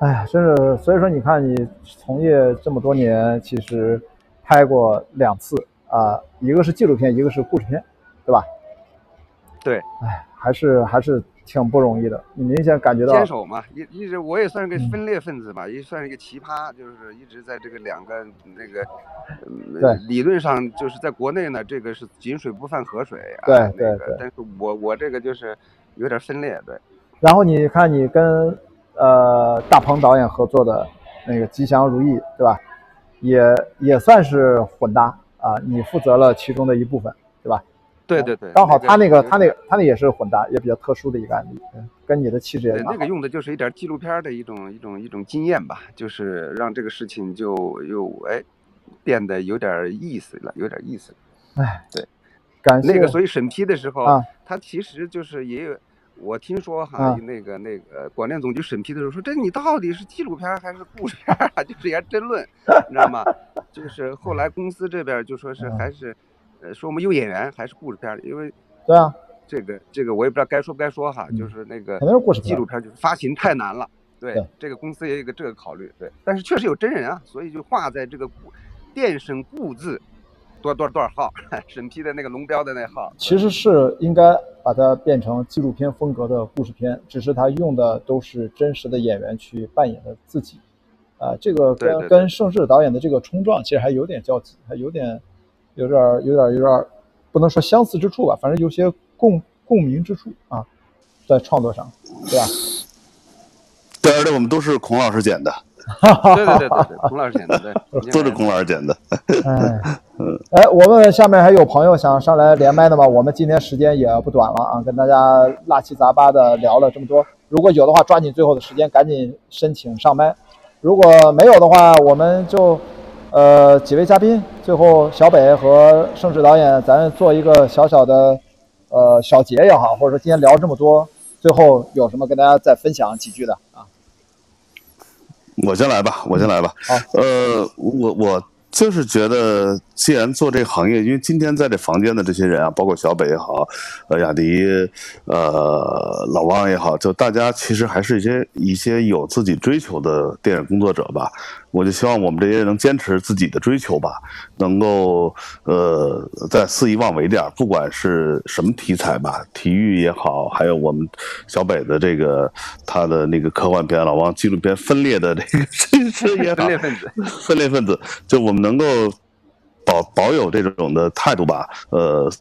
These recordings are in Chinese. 哎呀，真是，所以说你看，你从业这么多年，其实拍过两次啊、一个是纪录片，一个是故事片，对吧？对，哎，还是还是挺不容易的。你明显感觉到，坚守嘛，一一直我也算是个嗯分裂分子吧，也算是一个奇葩，就是一直在这个两个那个，嗯对理论上就是在国内呢，这个是井水不犯河水啊，对那对个对，但是我我这个就是有点分裂，对，然后你看你跟呃大鹏导演合作的那个《吉祥如意》，对吧？也也算是混搭啊、你负责了其中的一部分，对吧？对对对，刚好他那个是他那个他那也是混搭，也比较特殊的一个案例，嗯跟你的气质也对，蛮好那个用的就是一点纪录片儿的一种一种一种经验吧，就是让这个事情就又哎变得有点儿意思了，有点儿意思了。感谢那个，所以审批的时候，啊他其实就是也有，我听说哈，啊那个那个广电总局审批的时候说，这你到底是纪录片儿还是故事片儿啊？ 就是也争论，你知道吗？就是后来公司这边儿就说是嗯还是，呃，说我们用演员还是故事片儿，因为对啊，这个这个我也不知道该说不该说哈，嗯就是那个肯定是故事纪片录片儿就是发行太难了，对对这个公司也有一个这个考虑，对，但是确实有真人啊，所以就画在这个故电声故字多多少多少号 审批的那个龙标的那号，其实是应该把它变成纪录片风格的故事片，只是他用的都是真实的演员去扮演的自己。啊、这个跟对对对跟盛世导演的这个冲撞其实还有点交集，还有点有点儿有点儿有点儿不能说相似之处吧，反正有些共共鸣之处啊，在创作上，对吧？对，而且我们都是孔老师剪的，对对对对对，孔老师演的，对，都是孔老师剪的。哎，哎，我们下面还有朋友想上来连麦的吗？我们今天时间也不短了啊，跟大家拉七杂八的聊了这么多。如果有的话，抓紧最后的时间，赶紧申请上麦。如果没有的话，我们就，呃，几位嘉宾，最后小北和盛志导演，咱做一个小小的，呃，小结也好，或者说今天聊这么多，最后有什么跟大家再分享几句的啊？我先来吧，我先来吧。好呃，我我就是觉得，既然做这个行业，因为今天在这房间的这些人啊，包括小北也好，呃，雅迪，呃，老汪也好，就大家其实还是一些一些有自己追求的电影工作者吧。我就希望我们这些人能坚持自己的追求吧，能够呃再肆意妄为点儿，不管是什么题材吧，体育也好，还有我们小北的这个他的那个科幻片、老汪纪录片分裂的这个 真实也好分，裂分子，分裂分子，就我们能够保保有这种的态度吧，呃，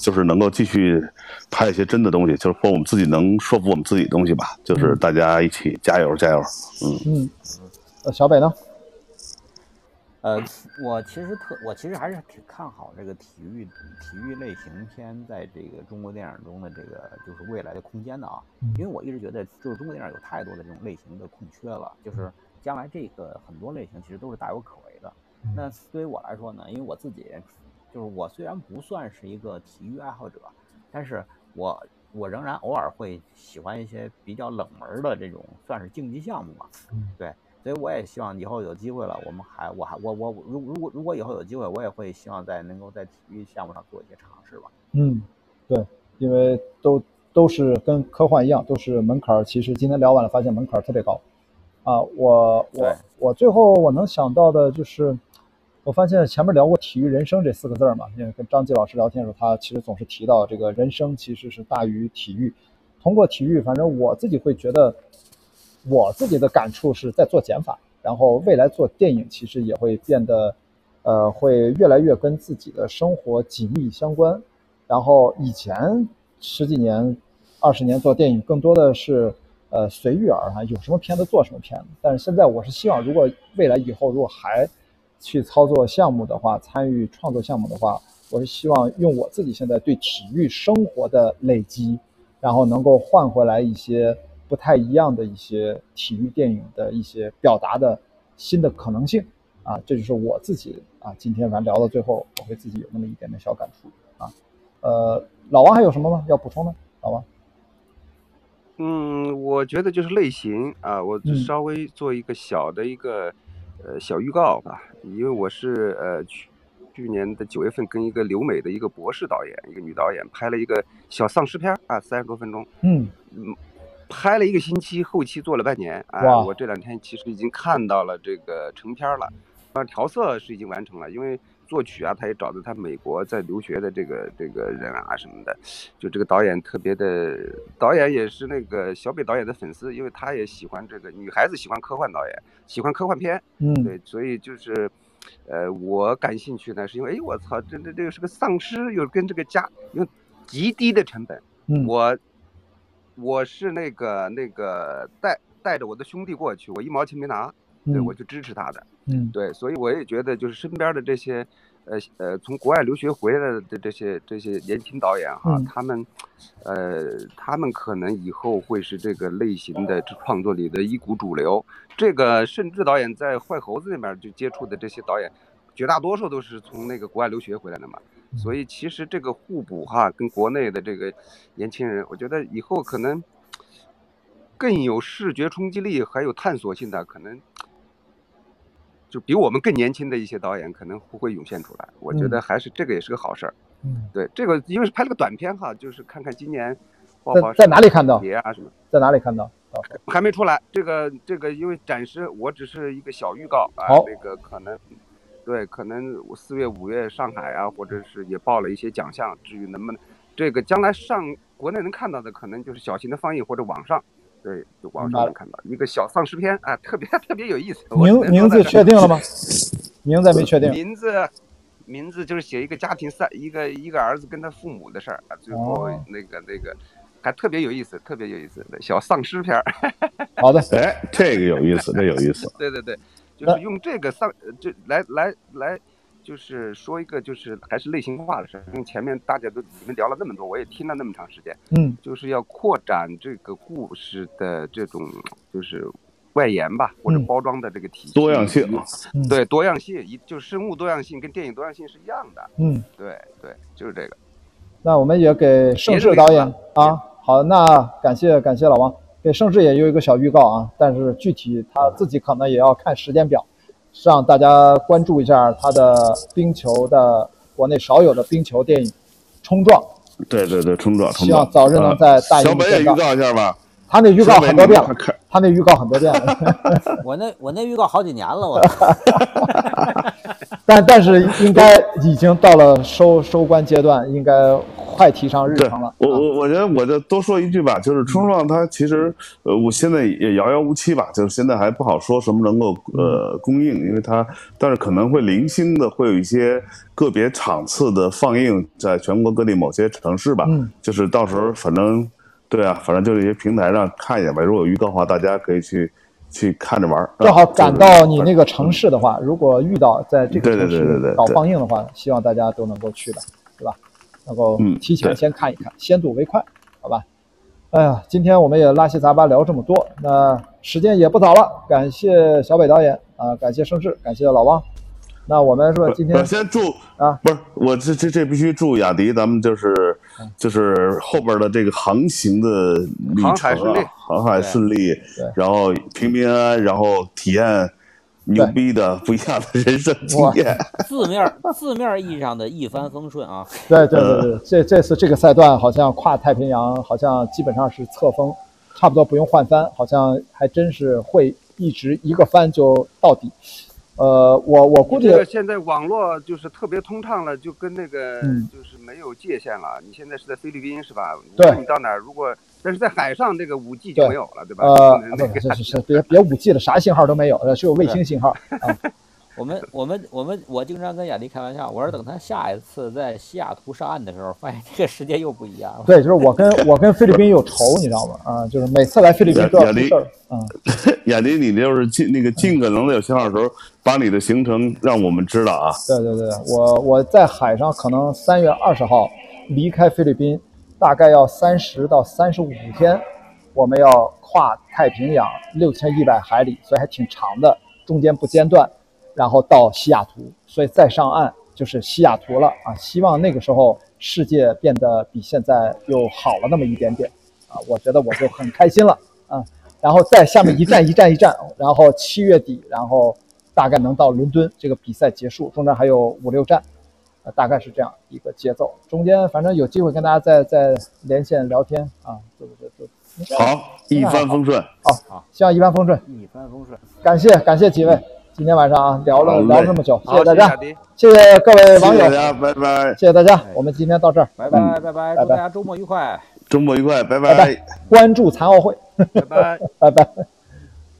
就是能够继续拍一些真的东西，就是或我们自己能说服我们自己的东西吧，就是大家一起加油加油，嗯，嗯，呃小北呢？呃，我其实特，我其实还是挺看好这个体育体育类型片在这个中国电影中的这个就是未来的空间的啊，因为我一直觉得就是中国电影有太多的这种类型的空缺了，就是将来这个很多类型其实都是大有可为的。那对于我来说呢，因为我自己就是我虽然不算是一个体育爱好者，但是我我仍然偶尔会喜欢一些比较冷门儿的这种算是竞技项目吧。对，所以我也希望以后有机会了，我们还我还我我如如果如果以后有机会，我也会希望在能够在体育项目上做一些尝试吧。嗯，对，因为都都是跟科幻一样，都是门槛儿。其实今天聊完了，发现门槛儿特别高。啊，我我对我最后我能想到的就是，我发现前面聊过“体育人生”这四个字儿嘛，因为跟张继老师聊天的时候，他其实总是提到这个人生其实是大于体育。通过体育，反正我自己会觉得，我自己的感触是在做减法，然后未来做电影其实也会变得，呃，会越来越跟自己的生活紧密相关。然后以前十几年、二十年做电影，更多的是呃随遇而安，有什么片子做什么片子。但是现在我是希望，如果未来以后如果还去操作项目的话，参与创作项目的话，我是希望用我自己现在对体育生活的累积，然后能够换回来一些不太一样的一些体育电影的一些表达的新的可能性啊，这就是我自己啊，今天咱聊到最后，我会自己有那么一点点小感触啊。呃，老王还有什么吗？要补充的？老王，嗯，我觉得就是类型啊，我就嗯稍微做一个小的一个呃小预告吧，因为我是呃去去年的九月份跟一个留美的一个博士导演，一个女导演拍了一个小丧尸片儿啊，三十多分钟，嗯嗯，拍了一个星期，后期做了半年。哎哇，我这两天其实已经看到了这个成片儿了，但是调色是已经完成了，因为作曲啊，他也找的他美国在留学的这个这个人啊什么的，就这个导演特别的，导演也是那个小北导演的粉丝，因为他也喜欢这个女孩子喜欢科幻导演，喜欢科幻片，嗯对，所以就是，呃，我感兴趣呢，是因为，哎，我操，这这这个是个丧尸，又跟这个家用极低的成本，嗯，我我是那个那个带带着我的兄弟过去，我一毛钱没拿，对，嗯我就支持他的，嗯对，所以我也觉得就是身边的这些，呃呃，从国外留学回来的这些这些年轻导演哈、嗯他们，呃，他们可能以后会是这个类型的创作里的一股主流。这个甚至导演在坏猴子那边就接触的这些导演，绝大多数都是从那个国外留学回来的嘛。所嗯以其实这个互补哈，跟国内的这个年轻人，我觉得以后可能更有视觉冲击力，还有探索性的，可能就比我们更年轻的一些导演可能会会涌现出来。我觉嗯得还是这个也是个好事儿。嗯，对，这个因为是拍了个短片哈，就是看看今年爆在发在哪里看到节啊什么，在哪里看到？到时候还没出来。这个这个因为暂时我只是一个小预告啊好，那个可能。对，可能我四月、五月上海啊，或者是也报了一些奖项。至于能不能，这个将来上国内能看到的，可能就是小型的放映或者网上，对，就网上能看到一个小丧尸片啊，特别 特别有意思。我只能名说名在字这确定了 吗？名字还没确定。名字名字就是写一个家庭三一个一个儿子跟他父母的事儿啊，最后哦那个那个还特别有意思，特别有意思的小丧尸片儿。好的，哎，这个有意思，这有意思。对对对，就那是用这个丧呃这来来来，就是说一个就是还是类型化的事儿。因为前面大家都你们聊了那么多，我也听了那么长时间，嗯就是要扩展这个故事的这种就是外延吧，或者嗯包装的这个体系多样性，嗯对多样性，一就是生物多样性跟电影多样性是一样的。嗯，对对，就是这个。那我们也给盛世导演啊，好，那感谢感谢老王，给盛世也有一个小预告啊，但是具体他自己可能也要看时间表，让大家关注一下他的冰球的国内少有的冰球电影《冲撞》，对对对，冲撞冲希望撞，早日能在大小荧幕北也见预到。告一下吧。他那预告小北很多你遍快了，看 他那预告很多遍了。我那我那预告好几年 了，我操但但是应该已经到了收收官阶段，应该快提上日对程了。啊嗯我我我觉得我就多说一句吧，就是冲撞它其实呃我现在也遥遥无期吧，就是现在还不好说什么能够嗯呃供应，因为它但是可能会零星的会有一些个别场次的放映在全国各地某些城市吧，嗯就是到时候反正对啊，反正就是一些平台上看一眼吧，如果有预告的话，大家可以去去看着玩儿。正好啊赶到你那个城市的话，如果遇到在这个城对对对对市对搞放映的话，希望大家都能够去的，对吧？能够嗯提前对先看一看，先睹为快，好吧？哎呀，今天我们也拉稀杂巴聊这么多，那时间也不早了，感谢小北导演啊、感谢盛世，感谢老汪。那我们说不今天我先祝啊，不是我这这这必须祝雅迪，咱们就是就是后边的这个航行的旅航程海顺利啊，航海顺利对，然后平平安安，然后体验牛逼的不一样的人生经验。字面儿字面儿意义上的一帆风顺啊，对对对呃对，这这次这个赛段好像跨太平洋，好像基本上是侧风，差不多不用换帆，好像还真是会一直一个帆就到底。呃，我我估计这个现在网络就是特别通畅了，就跟那个嗯就是没有界限了。你现在是在菲律宾是吧？无对论你到哪儿，如果但是在海上这个五 G 就对没有了，对吧？呃，不能不那不个是是是，别别五 G 了，啥信号都没有，只有卫星信号。我们我们我们我经常跟雅迪开玩笑，我说等他下一次在西雅图上岸的时候，发现这个世界又不一样了。对，就是我跟我跟菲律宾有仇，你知道吗？啊，就是每次来菲律宾都要出事儿。嗯， 雅迪，你就是尽那个尽可能的有信号的时候，把你的行程让我们知道啊。对对对，我我在海上可能三月二十号离开菲律宾，大概要三十到三十五天，我们要跨太平洋六千一百海里，所以还挺长的，中间不间断，然后到西雅图，所以再上岸就是西雅图了啊！希望那个时候世界变得比现在又好了那么一点点啊，我觉得我就很开心了啊！然后再下面一站一站一站，然后七月底，然后大概能到伦敦，这个比赛结束，中间还有五六站，呃，大概是这样一个节奏。中间反正有机会跟大家再再连线聊天啊，就是就好，一帆风顺，希望一帆风顺。一帆风顺。感谢感谢几位，今天晚上啊聊好了嘞聊了这么久，谢好，谢大谢家亚，迪，谢谢各位谢网谢友，大家，拜拜，谢谢大家哎，我们今天到这儿，拜拜拜拜，拜祝大拜家周末愉快。周末愉快，拜拜拜关注残奥会，拜拜。拜拜。